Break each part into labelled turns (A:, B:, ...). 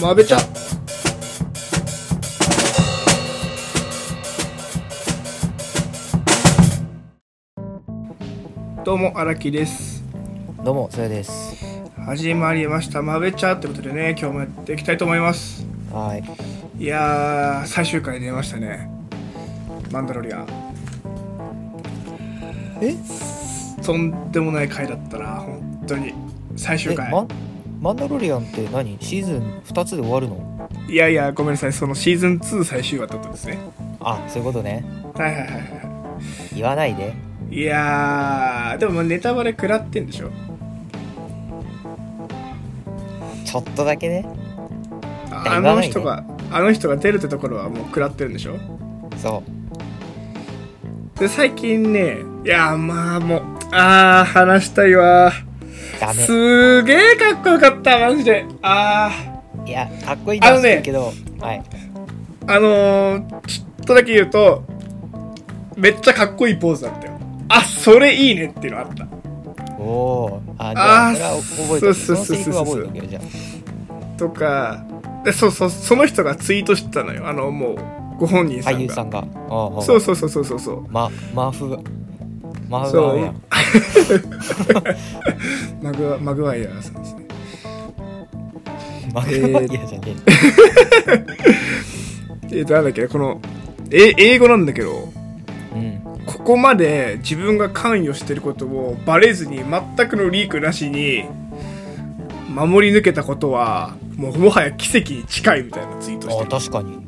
A: まべちゃどうも荒木です
B: どうも、それです。
A: 始まりましたまべちゃってことでね今日もやっていきたいと思います
B: はい。
A: いやー最終回出ましたねマンダロリア
B: え、
A: とんでもない回だったな本当に最終
B: え、
A: 回
B: マン、マンダロリアンって何、シーズン二つで終わるの。
A: いやいやごめんなさいそのシーズン2最終話ってことですね
B: あ、そういうことね。
A: はいはいはいは
B: 言わないで。
A: いいやーでもまあネタバレ食らってんでしょ
B: ちょっとだけね。
A: あ
B: 言
A: あの
B: わないで
A: 人があの人が出るってところはもう食らってるんでしょ
B: そ
A: で最近ねいやーまあもうあー話したいわ
B: う。ダメ
A: す。ーげーかっこよかったマジであ
B: いや、かっこいいな
A: あのね
B: してるけど。はい。
A: ーあのー、ちょっとだけ言うとめっちゃかっこいいポーズだったよあそれいいねっていうのあった
B: おおー。あ、じゃ
A: あ
B: あ、
A: ー
B: それは覚えておく。
A: そ
B: そうの
A: そうそうそう
B: セリフは覚えておけよ、じゃ
A: とかでそうそうその人がツイートしてたのよあのもうご本人
B: あ。
A: さんが
B: 俳優さんが。ああ、
A: そう
B: そ
A: そうそうそうそうそう
B: ま、マーフが。マーフ
A: そ
B: が
A: う
B: やん。
A: マグワマグワイアさんですね
B: マ
A: え
B: ー
A: ー
B: フがやじゃね
A: えっとなんだっけこのえ英語なんだけど
B: え。うん。
A: ここまで自分が関与してることをバレずに全くのリークなしに守り抜けたことはもうもはや奇跡に近いみたいなツイートして
B: あ、
A: る
B: 確かに。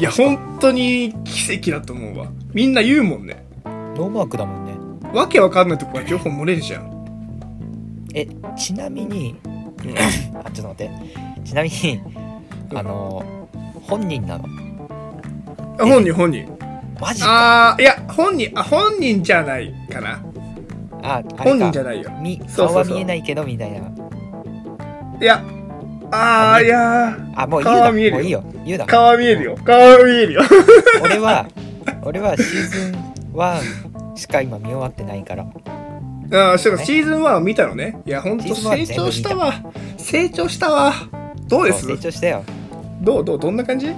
A: いや本当に奇跡だと思うわみんな言うもんね
B: ノーマークだもんね。
A: わけわかんないとこが情報漏れるじゃん
B: えちなみに あちょっと待ってちなみに
A: うん
B: あの本人なの
A: あ本人本人
B: マジか
A: あーいや本人あ本人じゃないかな
B: あ
A: 本人じゃ
B: な
A: な
B: い
A: いよ
B: み
A: そうそうそう
B: 顔は見えないけどみたいない
A: やあ
B: あ
A: ーいやー
B: あもう言う
A: 顔
B: だ
A: は
B: もう
A: 見えるよ
B: いいよ言うだ
A: 顔は見えるよ顔は見えるよ
B: 俺は俺はシーズン1しか今見終わってないから
A: ああそうかシーズン1を見たのねいやほんと
B: シーズンワン
A: 成長したわ成長したわどうです
B: そう成長したよ、
A: どうどうどんな感じ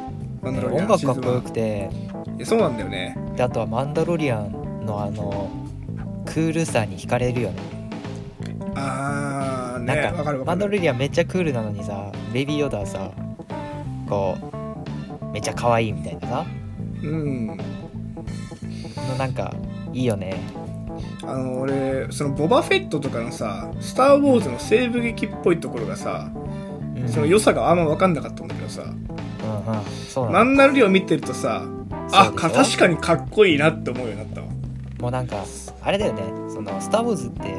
A: マンダロリア
B: 音
A: ン
B: 楽
A: シー
B: かっ
A: ズン
B: こよ
A: ワ
B: くて
A: ンいやそうなんだよね
B: であとは「マンダロリアン」のあのクールさに惹かれるよね
A: ああね
B: なん
A: わかるわ
B: かマ
A: か
B: ンド
A: る
B: ルリアめっちゃクールなのにさベビーヨダはさこうめっちゃ可愛いみたいなさ
A: うん
B: のなんかいいよね
A: あの俺そのボバフェットとかのさ「スター・ウォーズ」の西部劇っぽいところがさ
B: うん
A: その良さがあんま分かんなかったんだけどさ
B: うんうんそう
A: マ
B: なの
A: ンダロリアンを見てるとさあ
B: そうでしょ
A: か確かにかっこいいなって思うようになったわ
B: もうなんかあれだよねその「スター・ウォーズ」って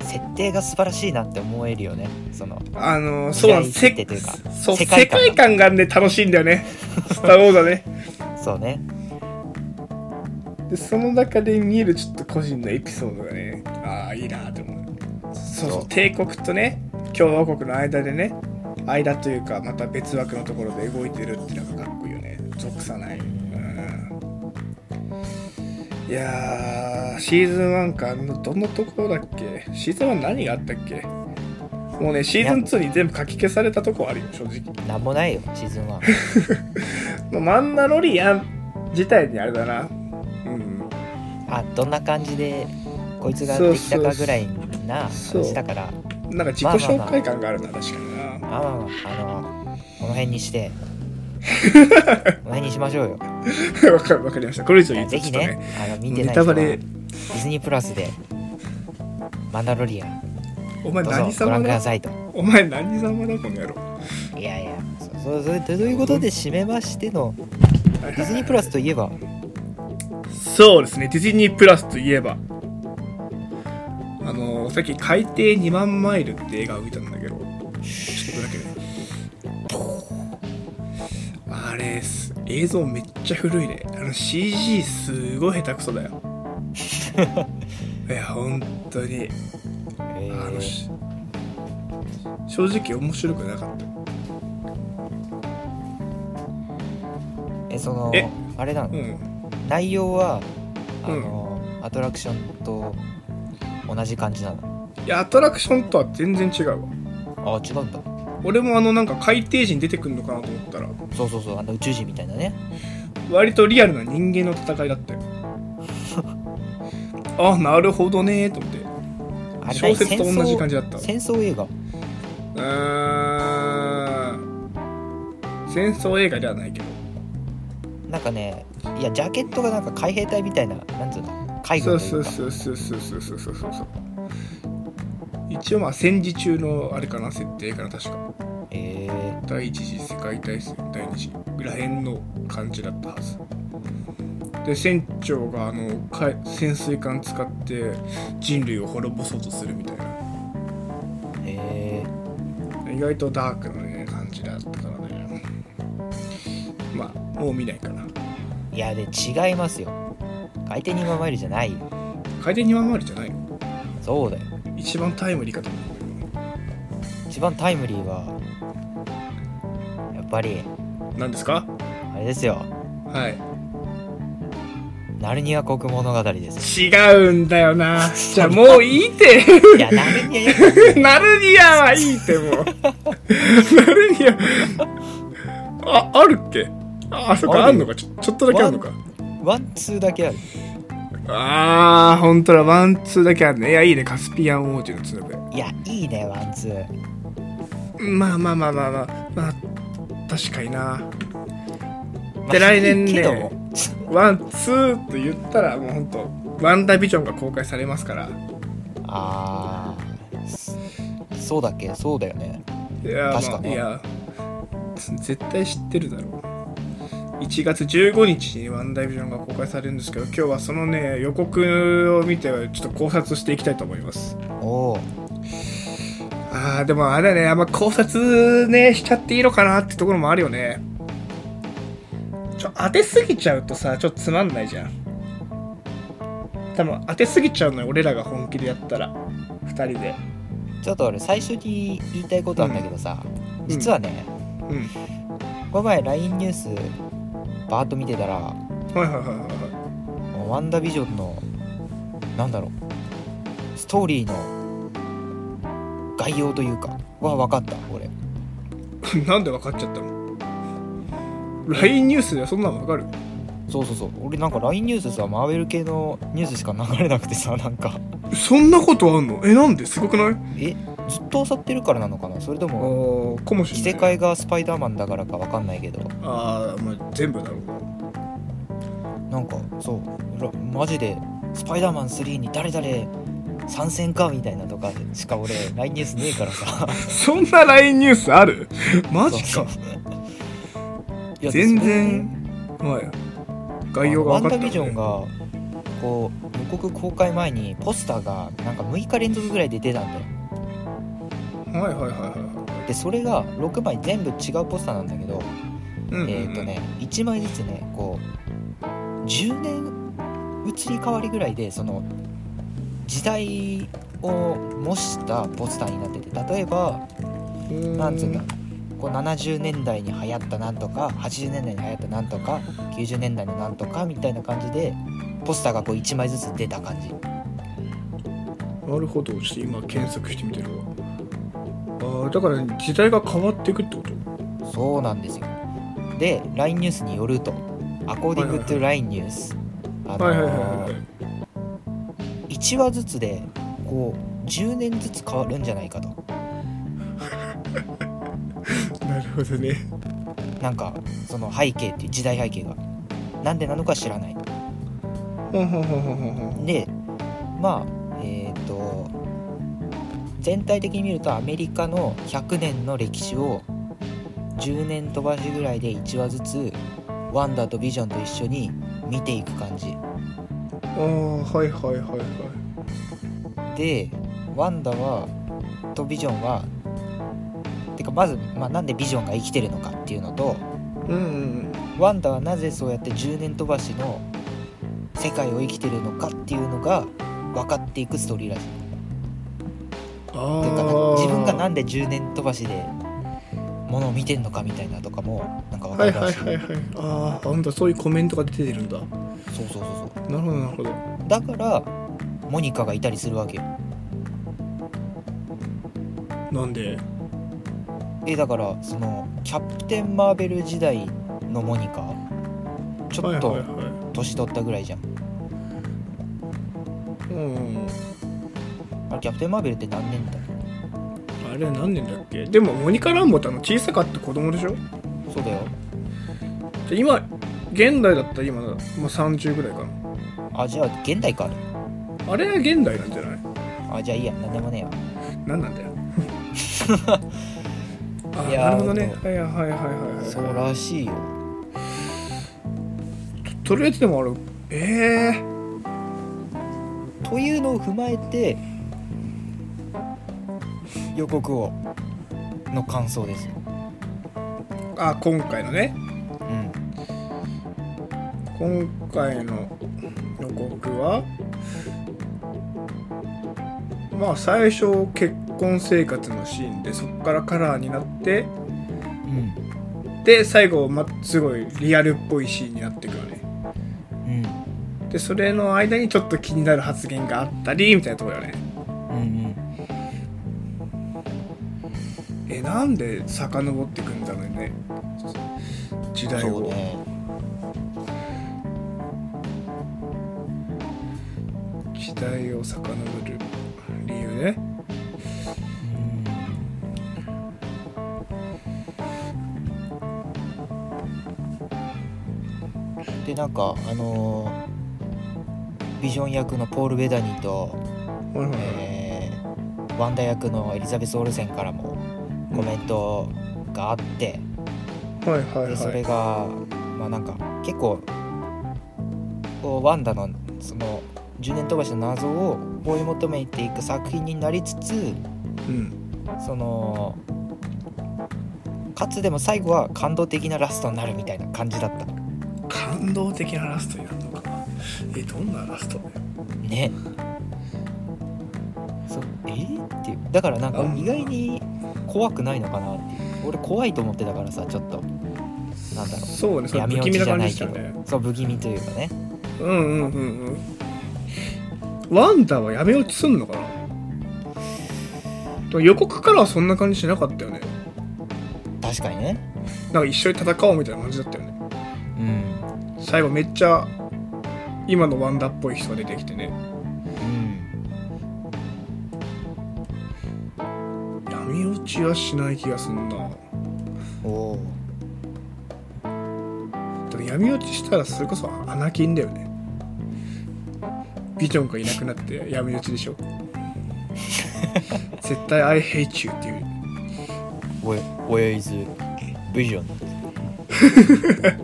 B: 設定が素晴らしいなって思えるよねその
A: あのーそうなん
B: 時代
A: せ
B: 設定というか
A: そう世
B: 世
A: 界
B: 界
A: 観
B: 観
A: がね楽しいんだよね「スター・ウォーズ」はね
B: そうね
A: でその中で見えるちょっと個人のエピソードがねああいいなと思うそうそう
B: そう
A: 帝国とね共和国の間でね間というかまた別枠のところで動いてるっていうのがかっこいいよね属さない、うん、いやーシーズン1かのどんなところだっけシーズン1何があったっけもうねシーズン2に全部書き消されたとこあるよ正直
B: なんもないよシーズン 1
A: まあマンダロリアン自体にあれだなうん
B: あどんな感じでこいつができたかぐらいな
A: そうそう
B: 話だから
A: なんか自己紹介感があるな、確かにな。
B: まあまあまああのこの辺にしてこの辺にしましょうよ
A: わかるわかりました。これ以上
B: い
A: 言
B: や
A: うとちょ
B: ぜひ
A: っとね、
B: ね、あの見て
A: ネ
B: ない人
A: タバ
B: は
A: レ
B: デ、ィズニープラスで「マンダロリアン
A: お」前
B: ど
A: 何
B: うぞご覧
A: 様
B: くだ
A: だ
B: さいと。
A: お前何様だ、この野郎。
B: いやいや、そうそうということで締めましての
A: デ
B: ディズニープラスとい えば、
A: スそうですね、ディズニープラスといえば、あの、さっき海底2万マイルって映画を見たんだけど、ちょっとだけね。あれっす、映像めっちゃ古いね。あの CG すごい下手くそだよ。いや、本当に。
B: え
A: あの
B: ー
A: し正直面白くなかった
B: えその
A: え
B: あれなの、
A: うん
B: 内容はあ
A: うん
B: の、アトラクションと同じ感じなの。
A: いやアトラクションとは全然違うわ
B: あ違うんだ。
A: 俺もあのなんか海底人出てくるのかなと思ったら
B: そうそうそうあの宇宙人みたいなね
A: 割とリアルな人間の戦いだ ったよあなるほどねーと思って
B: あれ
A: 小説と同じ感じだった
B: 戦争映画
A: うーん戦争映画ではないけど
B: なんかねいやジャケットがなんか海兵隊みたいななんつうの海
A: そ
B: 軍
A: う
B: とい
A: そうう
B: か
A: そうそうそうそうそうそうそう一応まあ戦時中のあれかな設定かな確か
B: えー、
A: 第一次世界大戦第二次らへんの感じだったはずで船長があの海潜水艦使って人類を滅ぼそうとするみたいな
B: え
A: 意外とダークな、ね、感じだったからねまあもう見ないかない
B: やで違いますよ海底に今参るじゃないよ
A: 海底庭回りじゃないの
B: そうだよ
A: 一番タイムリーかと思
B: 一番タイムリーはやっぱり
A: う何ですか
B: あれですよ
A: はい
B: 「ナルニア国物語」です
A: 違うんだよなじゃあもういいって
B: よいやナルニアやっ ぱ
A: ナルニアはいいってもうナルニアああるっけああそっかあ
B: あるよ
A: んのかちょちょっとだけあんのか
B: ワンツーだけある
A: あー本当だワンツーだけあるねいやいいねカスピアン王子の角で
B: いやいいねワンツー
A: まあまあまあまあまあまあ確かにな
B: まあ
A: で来年
B: いいけど
A: ね
B: も
A: ワンツーと言ったらもう本当ワンダービジョンが公開されますから
B: あーそそうだっけそうだよね
A: いや
B: 確かね
A: まあいやつ絶対知ってるだろう1月15日に「ワンダイビジョン」が公開されるんですけど今日はそのね予告を見てちょっと考察していきたいと思います
B: おお
A: あーでもあれだねあんま考察ねしちゃっていいのかなってところもあるよねちょ当てすぎちゃうとさちょっとつまんないじゃん多分当てすぎちゃうのよ俺らが本気でやったら2人で
B: ちょっと俺最初に言いたいことあんだけどさ、
A: ん
B: 実はね、
A: うん
B: この前 LINE ニュースバーッと見てたら
A: はいはいはいはいは
B: ワンダービジョンのなんだろうストーリーの概要というかは分かった俺
A: い なんで分かっちゃったの LINE ニュースでそんなの分かる
B: そうそうそう俺なんか LINE ニュースさマーベル系のニュースしか流れなくてさ なんか
A: そんなことあんのえなんですごくない
B: えずっと漁ってるからなのかなそれと
A: あ
B: も
A: ーかもし
B: 着
A: れ
B: せ
A: ない
B: 替えがスパイダーマンだからか分かんないけど
A: ああまあ全部だろうな
B: なんかそうらマジで「スパイダーマン3に誰々参戦か」みたいなとかしか俺 LINE ニュースねえからさ
A: そんな LINE ニュースあるマジ
B: そう
A: か
B: そういや
A: 全
B: そ
A: 然はい概要が分か
B: あのワンダー
A: っ
B: ビジ
A: た
B: ョンがこう予告公開前にポスターがなんか6日連続ぐらいで出たんだよ
A: はいはいはいは
B: でそれが6枚全部違うポスターなんだけど、
A: いうんうんうん
B: えっ、とね1枚ずつねこう10年移り変わりぐらいでその時代を模したポスターになってて例えばなんつうんだこう70年代に流行ったなんとか80年代に流行ったなんとか90年代のなんとかみたいな感じでポスターがこう1枚ずつ出た感じ
A: なるほどちょっと今検索してみてるわあーだから時代が変わっていくってこと
B: そうなんですよで LINE ニュースによると「アコーディング・トゥ・ LINE ニュース」あの
A: はいはいはい
B: ー1話ずつでこう10年ずつ変わるんじゃないかと
A: はいなるほどね
B: なんかその背景っていう時代背景がなんでなのか知らない
A: ほんほんほんほんほんほん
B: でまあえっ、と全体的に見るとアメリカの100年の歴史を10年飛ばしぐらいで1話ずつワンダとビジョンと一緒に見ていく感じ
A: あーはいはいはいはい
B: でワンダはとビジョンはてかまず、まあ、なんでビジョンが生きてるのかっていうのと
A: うんうん
B: ワンダはなぜそうやって10年飛ばしの世界を生きてるのかっていうのが分かっていくストーリーらしい。
A: あ
B: っていうかなんか
A: ー
B: 自分がなんで10年飛ばしでものを見てんのかみたいなとかもなんか分か
A: はい
B: るら
A: はい
B: しい、
A: はいはいあああんだそういうコメントが出てるんだな
B: そうそうそうそ
A: るほどなるほど
B: うだからモニカがいたりするわけよ
A: なんで
B: えだからそのキャプテン・マーベル時代のモニカちょっ
A: は
B: と
A: いはいはい
B: 年取ったぐらいじゃん、
A: うんうん
B: あれキャプテン・マーベルって何年だ
A: あれ何年だっけでもモニカ・ランボってあの小さかった子供でしょ
B: そうだよ
A: で今現代だったら今、まあ、30ぐらいかな
B: あじゃあ現代かあれ
A: あれは現代なんじゃない
B: あじゃあいいや何でもねえや
A: 何なんだ よあ
B: いやー
A: なるほどね
B: で
A: はいはいはいはいはい
B: そうらしいよ
A: とりあえずでもあれええ
B: というのを踏まえて予告をの感想です
A: あ今回のね
B: うん
A: 今回の予告はまあ最初結婚生活のシーンでそこからカラーになって
B: うん
A: で最後、ますごいリアルっぽいシーンになっていくよね
B: うん
A: でそれの間にちょっと気になる発言があったりみたいなところよね
B: うん
A: えなんで遡ってくんだろうね時
B: うん
A: 代
B: そう
A: を
B: ね
A: 時代を遡る理由ね
B: うんでなんかあのービジョン役のポール・ベダニーと、
A: はいはいはい
B: えーワンダ役のエリザベス・オルセンからもコメントがあって、
A: はいはい
B: でそ
A: はい
B: れがまあなんか結構こうワンダのその10年飛ばしの謎を追い求めていく作品になりつつ
A: うん
B: そのかつでも最後は感動的なラストになるみたいな感じだった
A: 感動的なラストになるのかなえどんなラストだよ
B: ねそうえーっていうだからなんか
A: うん
B: 意外に怖くないのかなっていう俺怖いと思ってたからさちょっとなんだろ
A: そうね
B: う
A: それ
B: 闇
A: 不
B: 落
A: 気味
B: ち
A: な
B: じゃ
A: 感
B: な
A: じで
B: い
A: し
B: け
A: た
B: ど
A: ね
B: そう不気味というかね
A: うんうんうんうんワンダはやめ落ちすんのかなでも予告からはそんな感じしなかったよね
B: 確かにね
A: なんか一緒に戦おうみたいな感じだったよね
B: うん
A: 最後めっちゃ今のワンダっぽい人が出てきてね
B: うん
A: 闇落ちはしない気がすんな
B: おー
A: でも闇落ちしたらそれこそアナキンだよねビジョンがいなくなって闇落ち でしょ絶対「I hate you」っていう
B: Where, where is Vision?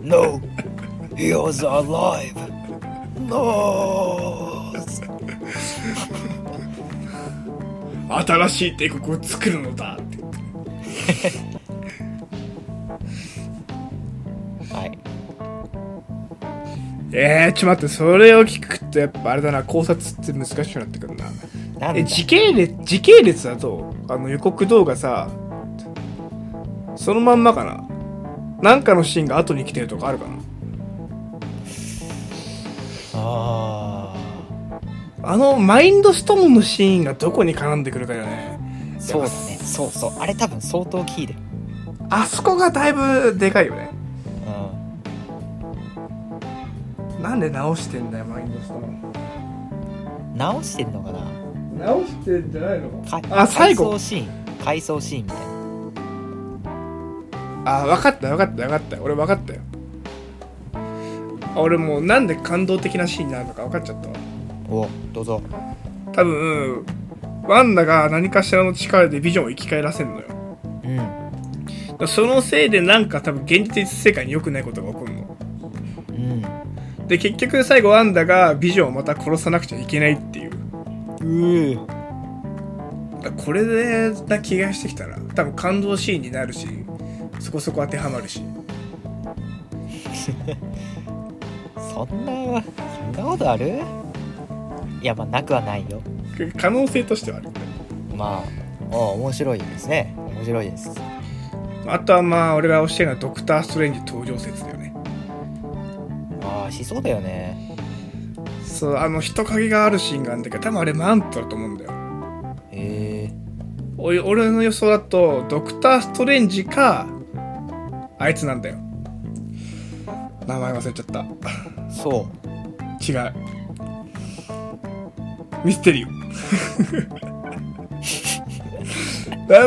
B: no! He was alive! No!
A: 新しい帝国を作るのだって
B: はい。
A: えー、ちょっと待ってそれを聞くとやっぱあれだな考察って難しくなってくるな
B: なんだ
A: え時系列時系列だとあの予告動画さそのまんまかななんかのシーンが後に来てるとかあるかな
B: あ
A: あのマインドストーンのシーンがどこに絡んでくるかよね
B: ーそうだね。そうそう。あれ多分相当キーで。
A: あそこがだいぶでかいよね
B: うん。
A: なんで直してんだよマインドストー
B: 直してんのかな
A: ン直してんじゃないの
B: か
A: あ最後
B: 回想シーン。回想シーンみたいな。
A: あ分かった分かった分かった俺分かったよあ俺もうなんで感動的なシーンになるのか分かっちゃったわ
B: お、どうぞ。
A: 多分ワンダが何かしらの力でビジョンを生き返らせるのよ
B: うん。
A: だからそのせいでなんか多分現実世界に良くないことが起こるの
B: うん。
A: で結局最後ワンダがビジョンをまた殺さなくちゃいけないっていう
B: うー。
A: だからこれでな気がしてきたら多分感動シーンになるしそこそこ当てはまるし
B: そんな、そんなことあるいや、まあ、なくはないよ。
A: 可能性としてはある
B: まあ、あ面白いですね。面白いです。
A: あとはまあ俺が推してるのはドクター・ストレンジ登場説だよね
B: ああ、しそうだよね。
A: そうあの人影があるシーンがあるんだけど多分あれマントだと思うんだよ
B: ええ
A: おい俺の予想だとドクター・ストレンジかあいつなんだよ名前忘れちゃった
B: そ
A: 違うミステリオワ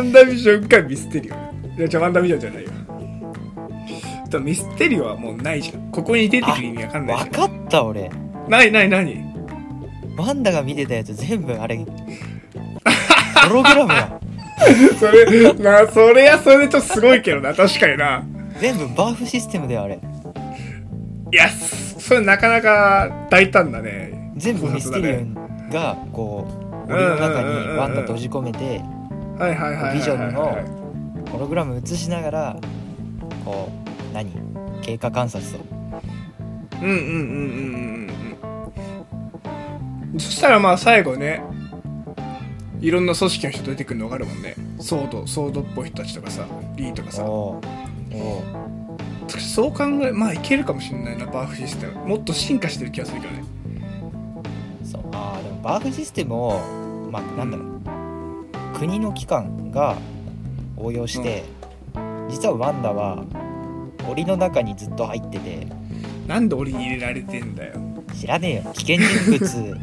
A: ンダービジョンかミステリオいやじゃあワンダービジョンじゃないよとミステリオはもうないじゃんここに出てくる意味わかん
B: う
A: ない
B: 分
A: じゃ
B: かった俺
A: んないないない
B: ワンダが見てたやつ全部あ れホログラムや
A: それなそれはそれでちょっとすごいけどな確かにな
B: 全部バーフシステムだよあ
A: い
B: れ
A: やそそれなかなか大胆だね
B: 全部ミステリオンがこう檻の中にワンダ閉じ込めて
A: はいはいはいはいはいはい
B: ビジョンのホログラム映しながらこう何経過観察と
A: うんうんうんうんうんうんそしたらまあ最後ねいろんな組織の人出てくるのがあるもんねソードソードっぽい人たちとかさリーとかさ
B: おーおー
A: そう考えまあいけるかもしれないなバーフシステムもっと進化してる気がするけどね
B: そうあーでもバーフシステムをまあなんだろう国の機関が応用して、実はワンダは檻の中にずっと入ってて
A: なんで檻に入れられてんだよ
B: 知らねえよ危険人物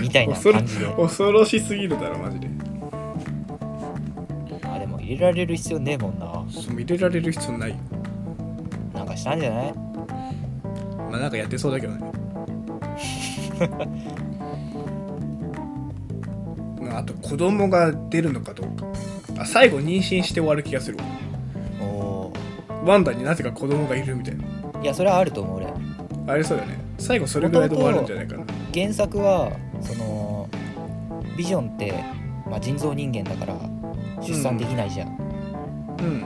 B: みたいな
A: 恐ろ
B: 感じで
A: 恐ろしすぎるだろマジで
B: あでも入れられる必要ねえもんな
A: そう入れられる必要ないよ
B: なんかしたんじゃない
A: まあなんかやってそうだけどね まああと子供が出るのかどうかあ最後妊娠して終わる気がするわ
B: おお
A: ワンダになぜか子供がいるみたいない
B: やそれはあると思う俺
A: あれそうだよね最後それぐらいで終わるんじゃないかな
B: 原作はそのビジョンって、まあ、人造人間だから出産できないじゃん、
A: うん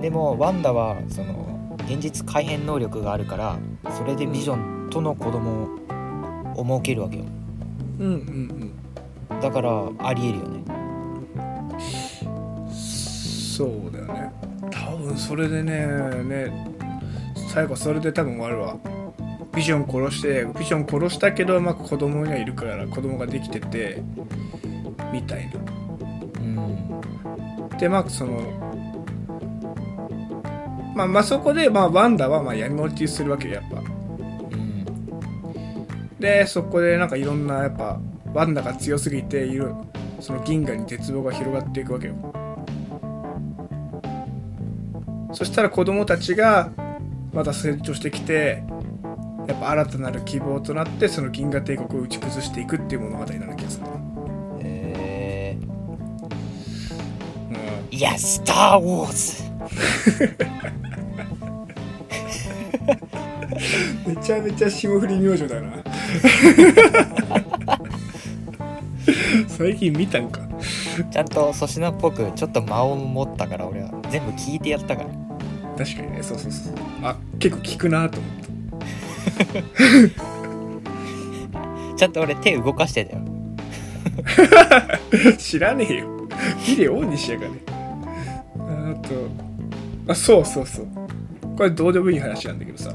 B: でもワンダはその現実改変能力があるからそれでビジョンとの子供を設けるわけよ
A: うんうん
B: だからありえるよね
A: うんそうだよね多分それでねね最後それで多分終わるわビジョン殺してビジョン殺したけどまあ子供がいるから子供ができててみたいな
B: うん
A: でまあそのまあまあそこでまあワンダはまあ闇落ちするわけよやっぱ
B: うん
A: でそこでなんかいろんなやっぱワンダが強すぎているその銀河に絶望が広がっていくわけよそしたら子供たちがまた成長してきてやっぱ新たなる希望となってその銀河帝国を打ち崩していくっていう物語になる気がするな
B: え
A: うん
B: ー、いや「スター・ウォーズ
A: めちゃめちゃ霜降り明星だな 最近見たんか」
B: ちゃんと粗品っぽくちょっと間を持ったから俺は全部聞いてやったから
A: 確かにねそうそうそうあ結構効くなと思って
B: ちゃんと俺手動かしてたよ
A: 知らねえよビデオオンにしやがれあとあそうそうそうこれどうでもいい話なんだけどさ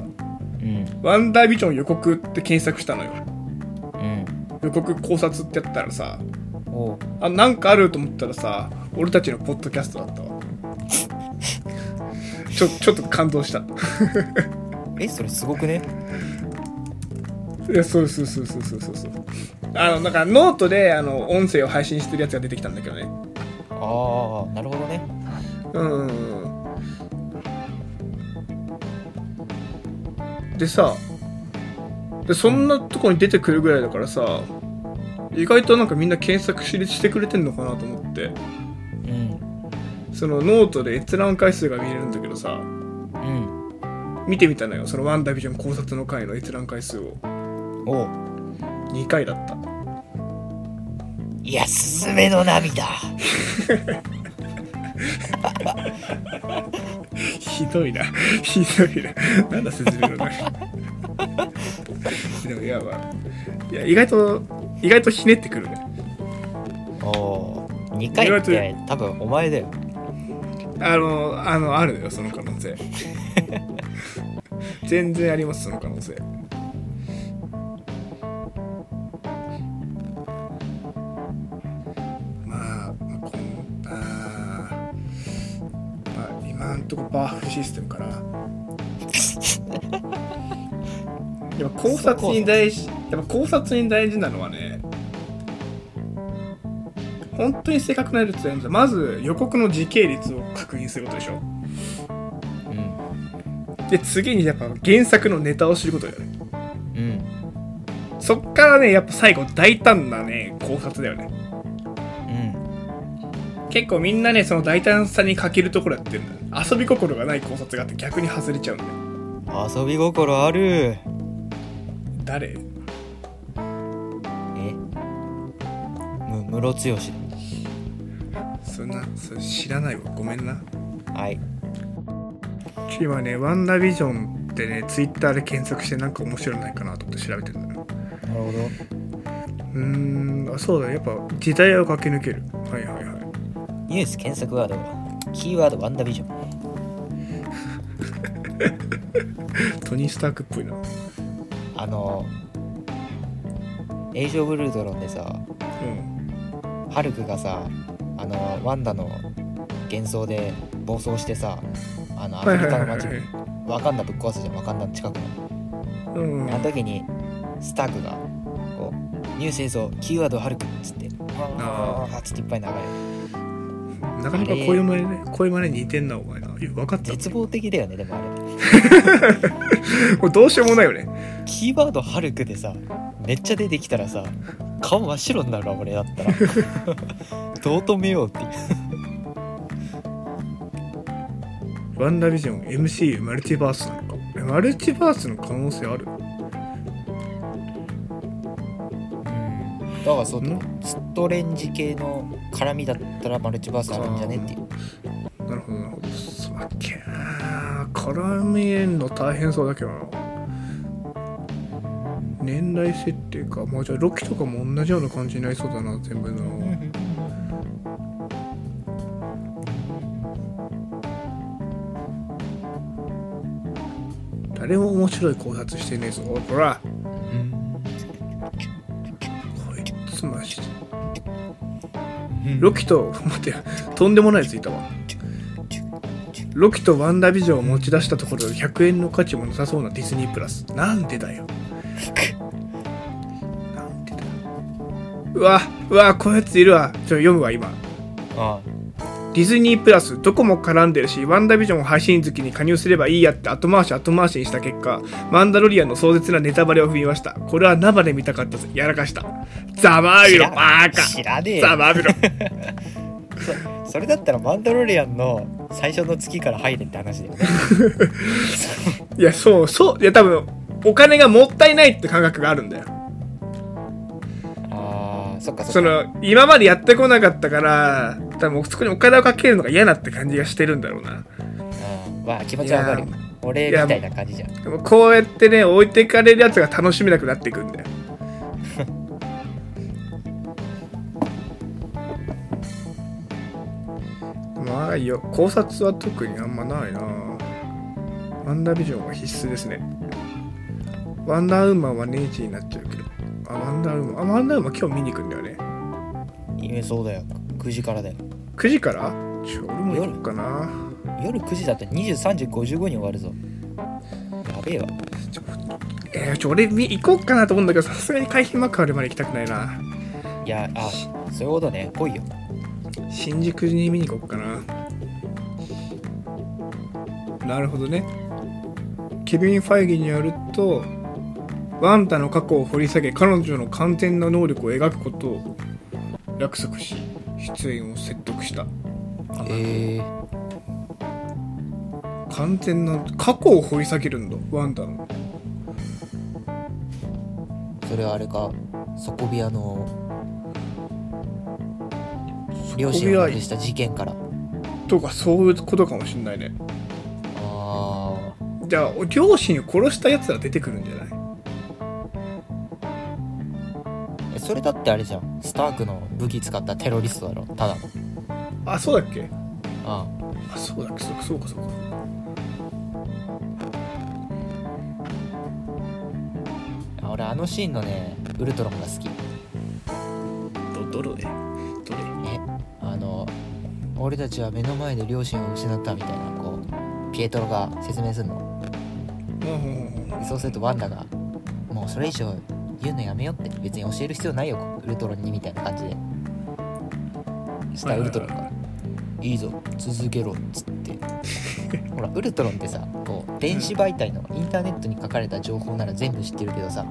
B: うん
A: 「ワンダービジョン予告」って検索したのよ
B: うん
A: 予告考察ってやったらさ
B: おう
A: あなんかあると思ったらさ俺たちのポッドキャストだったわちょちょっと感動した
B: えそれすごくね
A: いやそうそうそうそうそうそうそうあのなんかノートであの音声を配信してるやつが出てきたんだけどね
B: ああなるほどね
A: うんうんうんでさでそんなとこに出てくるぐらいだからさ意外となんかみんな検索ししてくれてんのかなと思って
B: うん
A: そのノートで閲覧回数が見れるんだけどさ
B: うん
A: 見てみたのよそのワンダービジョン考察の回の閲覧回数を
B: おう
A: 2回だった
B: いや、スズメの涙。
A: ひどいなひどいななんだスズメの涙でもやばいいや意外と意外とひねってくるね
B: おお、二回って多分お前だよ。
A: あの、あの、あるよ、その可能性。全然あります、その可能性。まあ、こんあまあ、今んとこパワフルシステムかなやっぱ考察に大事やっぱ考察に大事なのはね本当に正確なルーツをやるとまず予告の時系列を確認することでしょ
B: うん
A: で次にやっぱ原作のネタを知ることだよね
B: うん
A: そっからねやっぱ最後大胆なね考察だよね
B: うん
A: 結構みんなねその大胆さに欠けるところやってるんだよ遊び心がない考察があって逆に外れちゃうんだよ
B: 遊び心ある
A: 誰
B: えむムロツヨシ
A: そんなそれ知らないわごめんな
B: はい
A: 今ね「ワンダービジョン」ってねツイッターで検索してなんか面白いのないかなと思って調べてるんだよ
B: なるほど
A: うーんあそうだやっぱ時代を駆け抜けるはいはいはい
B: ニュース検索ワードはキーワードワンダービジョン
A: トニー・スタークっぽいなうん
B: あのエイジ・オブ・ルードロンでさハルクがさあのワンダの幻想で暴走してさあのア
A: は
B: フ
A: い
B: リ
A: はい
B: カ
A: は
B: の
A: いはい
B: 街ワカンダぶっ壊すじゃんワカンダの近くの
A: うん
B: あの時にスタークがこう「ニュース映像キーワードハルク」っつって「
A: あ
B: あーっつっていっぱい流れる
A: なかなかこういう真似ねこういう真似似てんなお前なよく分かってる
B: 絶望的だよねでもあれ
A: これどうしよう もないよね
B: キーワードハルクでさめっちゃ出てきたらさ顔真っ白になるわ俺だったら どう止めようって
A: ワンダービジョン MCU マルチバースなのかえマルチバースの可能性ある
B: だからそうだねストレンジ系の絡みだったらマルチバースあるんじゃねっていう
A: なるほどなるほどそうだっけな絡みえんの大変そうだけどな年代設定かまあじゃあロキとかも同じような感じになりそうだな全部の誰も面白い考察してねえぞおいこらこいつマジでロキと待ってとんでもないやついたわロキとワンダービジョンを持ち出したところで100円の価値もなさそうなディズニープラスなんでだよなんでだようわうわこういうやついるわちょっと読むわ今
B: あ
A: ディズニープラスどこも絡んでるしワンダービジョンを配信好きに加入すればいいやって後回し後回しにした結果マンダロリアンの壮絶なネタバレを踏みましたこれは生で見たかったぜやらかしたざま
B: あ
A: あみろバーカ
B: 知らねえ
A: ざまあみろ
B: そそれだったらマンダロリアンの最初の月から入れって話だよね
A: いやそうそういや多分お金がもったいないって感覚があるんだよ
B: あーそっかそっか
A: その今までやってこなかったから多分そこにお金をかけるのが嫌なって感じがしてるんだろうな
B: うんまあ気持ちはわかるよ
A: いや
B: 俺みたいな感じじゃん
A: でもこうやってね置いていかれるやつが楽しめなくなっていくんだよ まあいいよ考察は特にあんまないなワンダービジョンは必須ですねワンダーウーマンはネイチになっちゃうけどあワンダーウーマンあワンダーウーマン今日見に行くんだよね
B: いやそうだよ9時からだよ
A: 9時からちょ俺も行こうかな
B: 夜9時だと23時55に終わるぞやべえわ
A: えー、ちょ俺み行こうかなと思うんだけどさすがに海浜幕張まで行きたくないない
B: やあそういうことね来いよ
A: 新宿に見に行こうかななるほどねケビン・ファイギーによるとワンダの過去を掘り下げ彼女の完全な能力を描くことを約束し出演を説得した
B: ええ
A: 完全な過去を掘り下げるんだワンダの
B: それはあれか底部屋の両親を亡くした事件から
A: とかそういうことかもしんないね
B: あ
A: じゃあ両親を殺したやつら出てくるんじゃない
B: ーえそれだってあれじゃんスタークの武器使ったテロリストだろただの
A: あそうだっけ
B: あ
A: あそうだっけそうかそうかそうか
B: あ俺あのシーンのねウルトロンが好き
A: どどれどれ
B: えあの俺たちは目の前で両親を失ったみたいなこうピエトロが説明するの
A: うん
B: でそうするとワンダが「もうそれ以上言うのやめよ」って別に教える必要ないよウルトロンにみたいな感じでそしたらウルトロンが「いいぞ続けろ」っつってほらウルトロンってさこう電子媒体のインターネットに書かれた情報なら全部知ってるけどさ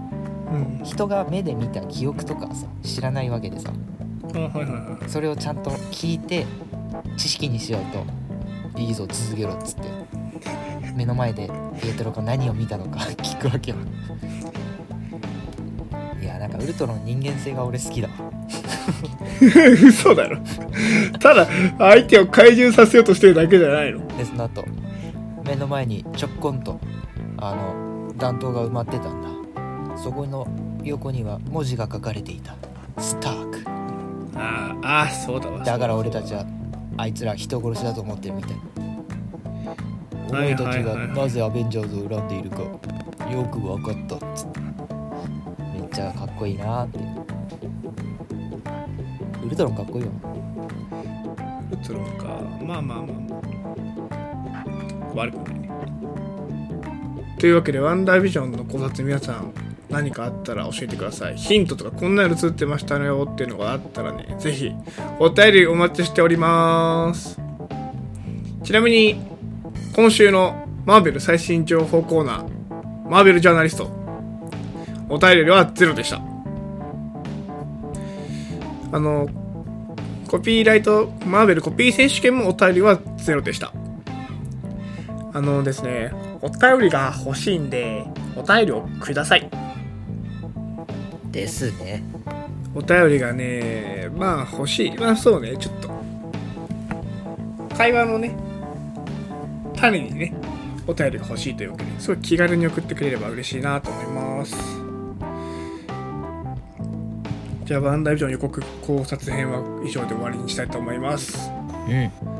A: うん
B: 人が目で見た記憶とかさ知らないわけでさ
A: あはいはいは
B: それをちゃんと聞いて知識にしようといいぞ続けろっつって目の前でピエトロが何を見たのか聞くわけよいやなんかウルトロの人間性が俺好きだわ
A: い 嘘だろただ相手を怪獣させようとしてるだけじゃないの
B: でその後目の前にちょっこんとあの弾頭が埋まってたんだそこの横には文字が書かれていた「スターク」
A: あーあーそうだわ
B: だから俺たちはあいつら人殺しだと思ってるみたいお
A: はい
B: 前たち
A: はい
B: が
A: はいはい
B: なぜアベンジャーズを恨んでいるかよく分かったっつってめっちゃかっこいいなーってウルトロンかっこいいよ
A: ウルトロンかまあまあまあまあ悪くないねというわけでワンダービジョンの考察皆さん何かあったら教えてくださいヒントとかこんなの映ってましたねよっていうのがあったらねぜひお便りお待ちしておりますちなみに今週のマーベル最新情報コーナーマーベルジャーナリストお便りはゼロでしたあのコピーライト、マーベルコピー選手権もお便りはゼロでした。あのですね、お便りが欲しいんで、お便りをください。
B: ですね
A: お便りがね、まあ欲しい。まあそうね、ちょっと。会話のね、種にね、お便りが欲しいというわけで、すごい気軽に送ってくれれば嬉しいなと思います。じゃあ、バンダイビジョン予告考察編は以上で終わりにしたいと思います。
B: うん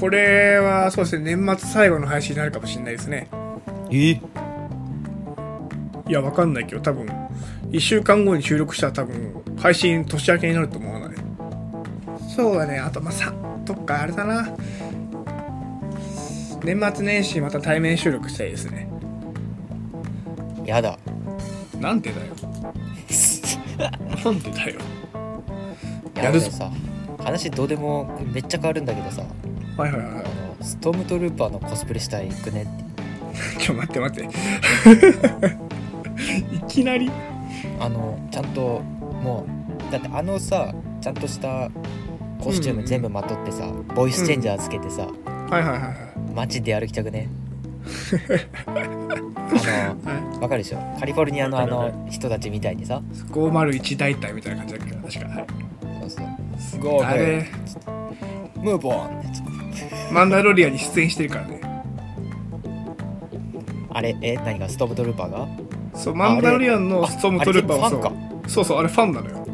A: これはそうですね年末最後の配信になるかもしれないですね
B: え
A: いやわかんないけど多分1週間後に収録したら多分配信年明けになると思わないそうだねあとまあさとかあれだな年末年始また対面収録したいですね
B: やだ
A: なんでだよなんでだよ
B: や
A: や
B: る
A: るぞ
B: ぞさ話どうでもめっちゃ変わるんだけどさ
A: はいはいは
B: あのストームトルーパーのコスプレしたいくねって
A: いちょ待って待 っていきなり
B: あのちゃんともうだってあのさちゃんとしたコスチューム全部まとってさ、ボイスチェンジャーつけてさ、
A: はいはいはいはい
B: 街で歩きた くねあのわかるでしょカリフォルニアのあ
A: わかる
B: の人たちみたいにさ
A: 501大隊みたいな感じだっけ確かはい
B: そうそうすごい
A: あれ
B: ムーボーンって
A: マンダロリアに出演してるからね
B: あれえ何がストームトルーパーが
A: そう、マンダロリアンのストームトルーパー
B: ああれファ
A: はそう、そうそう、あれファンなのよ。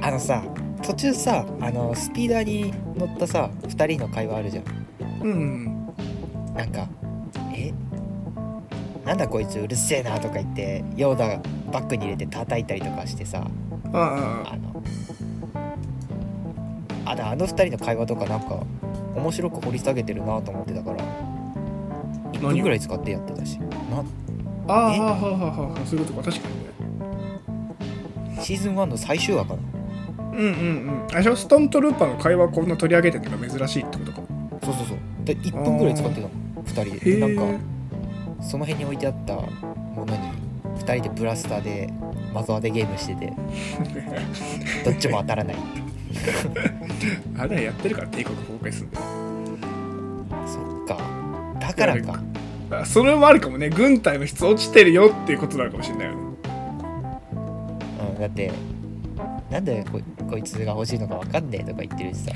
B: あのさ途中さあのスピーダーに乗ったさ2人の会話あるじゃん
A: うん。
B: なんか「えなんだこいつうるせえな」とか言ってヨーダバッグに入れて叩いたりとかしてさ
A: あああ
B: あのあだあの二人の会話とかなんか面白く掘り下げてるなと思ってたから1分ぐらい使ってやってたし
A: あ、ああ、はあ、はあ、はあ、そういうことか、確かにね。
B: なシーズン1の最終話かな
A: うんうんうん。あれでしょストームトルーパーの会話をこんな取り上げてるのが珍しいってことか。
B: そうそうそうで1分ぐらい使ってたの2人
A: へ
B: で
A: え。
B: でなんかその辺に置いてあったものに2人でブラスターでマザーでゲームしててどっちも当たらない
A: あれはやってるから帝国崩壊するんだよ
B: そっかだからか
A: あそれもあるかもね軍隊の質落ちてるよっていうことなのかもしれないよね
B: うん、だってなんでここいつが欲しいのか分かんねえとか言ってるし さ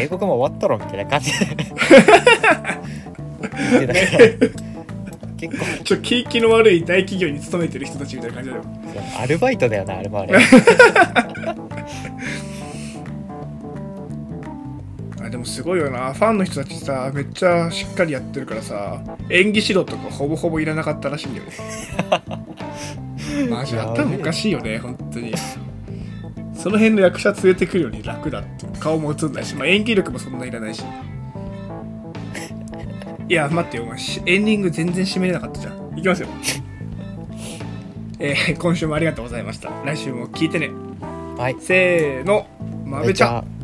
B: 英国も終わったろみたいな感じで言ってたから結構
A: ちょ景気の悪い大企業に勤めてる人たちみたいな感じだよ
B: そうアルバイトだよなあれも あれ
A: あでもすごいよなファンの人たちさめっちゃしっかりやってるからさ演技指導とかほぼほぼいらなかったらしいんだよねマジ頭おかしいよね本当にその辺の役者連れてくるより楽だって顔も映んないし、まあ、演技力もそんないらないしいや待ってよお前しエンディング全然締めれなかったじゃんいきますよえー今週もありがとうございました来週も聞いてね
B: はい
A: せーのまべちゃん
B: ん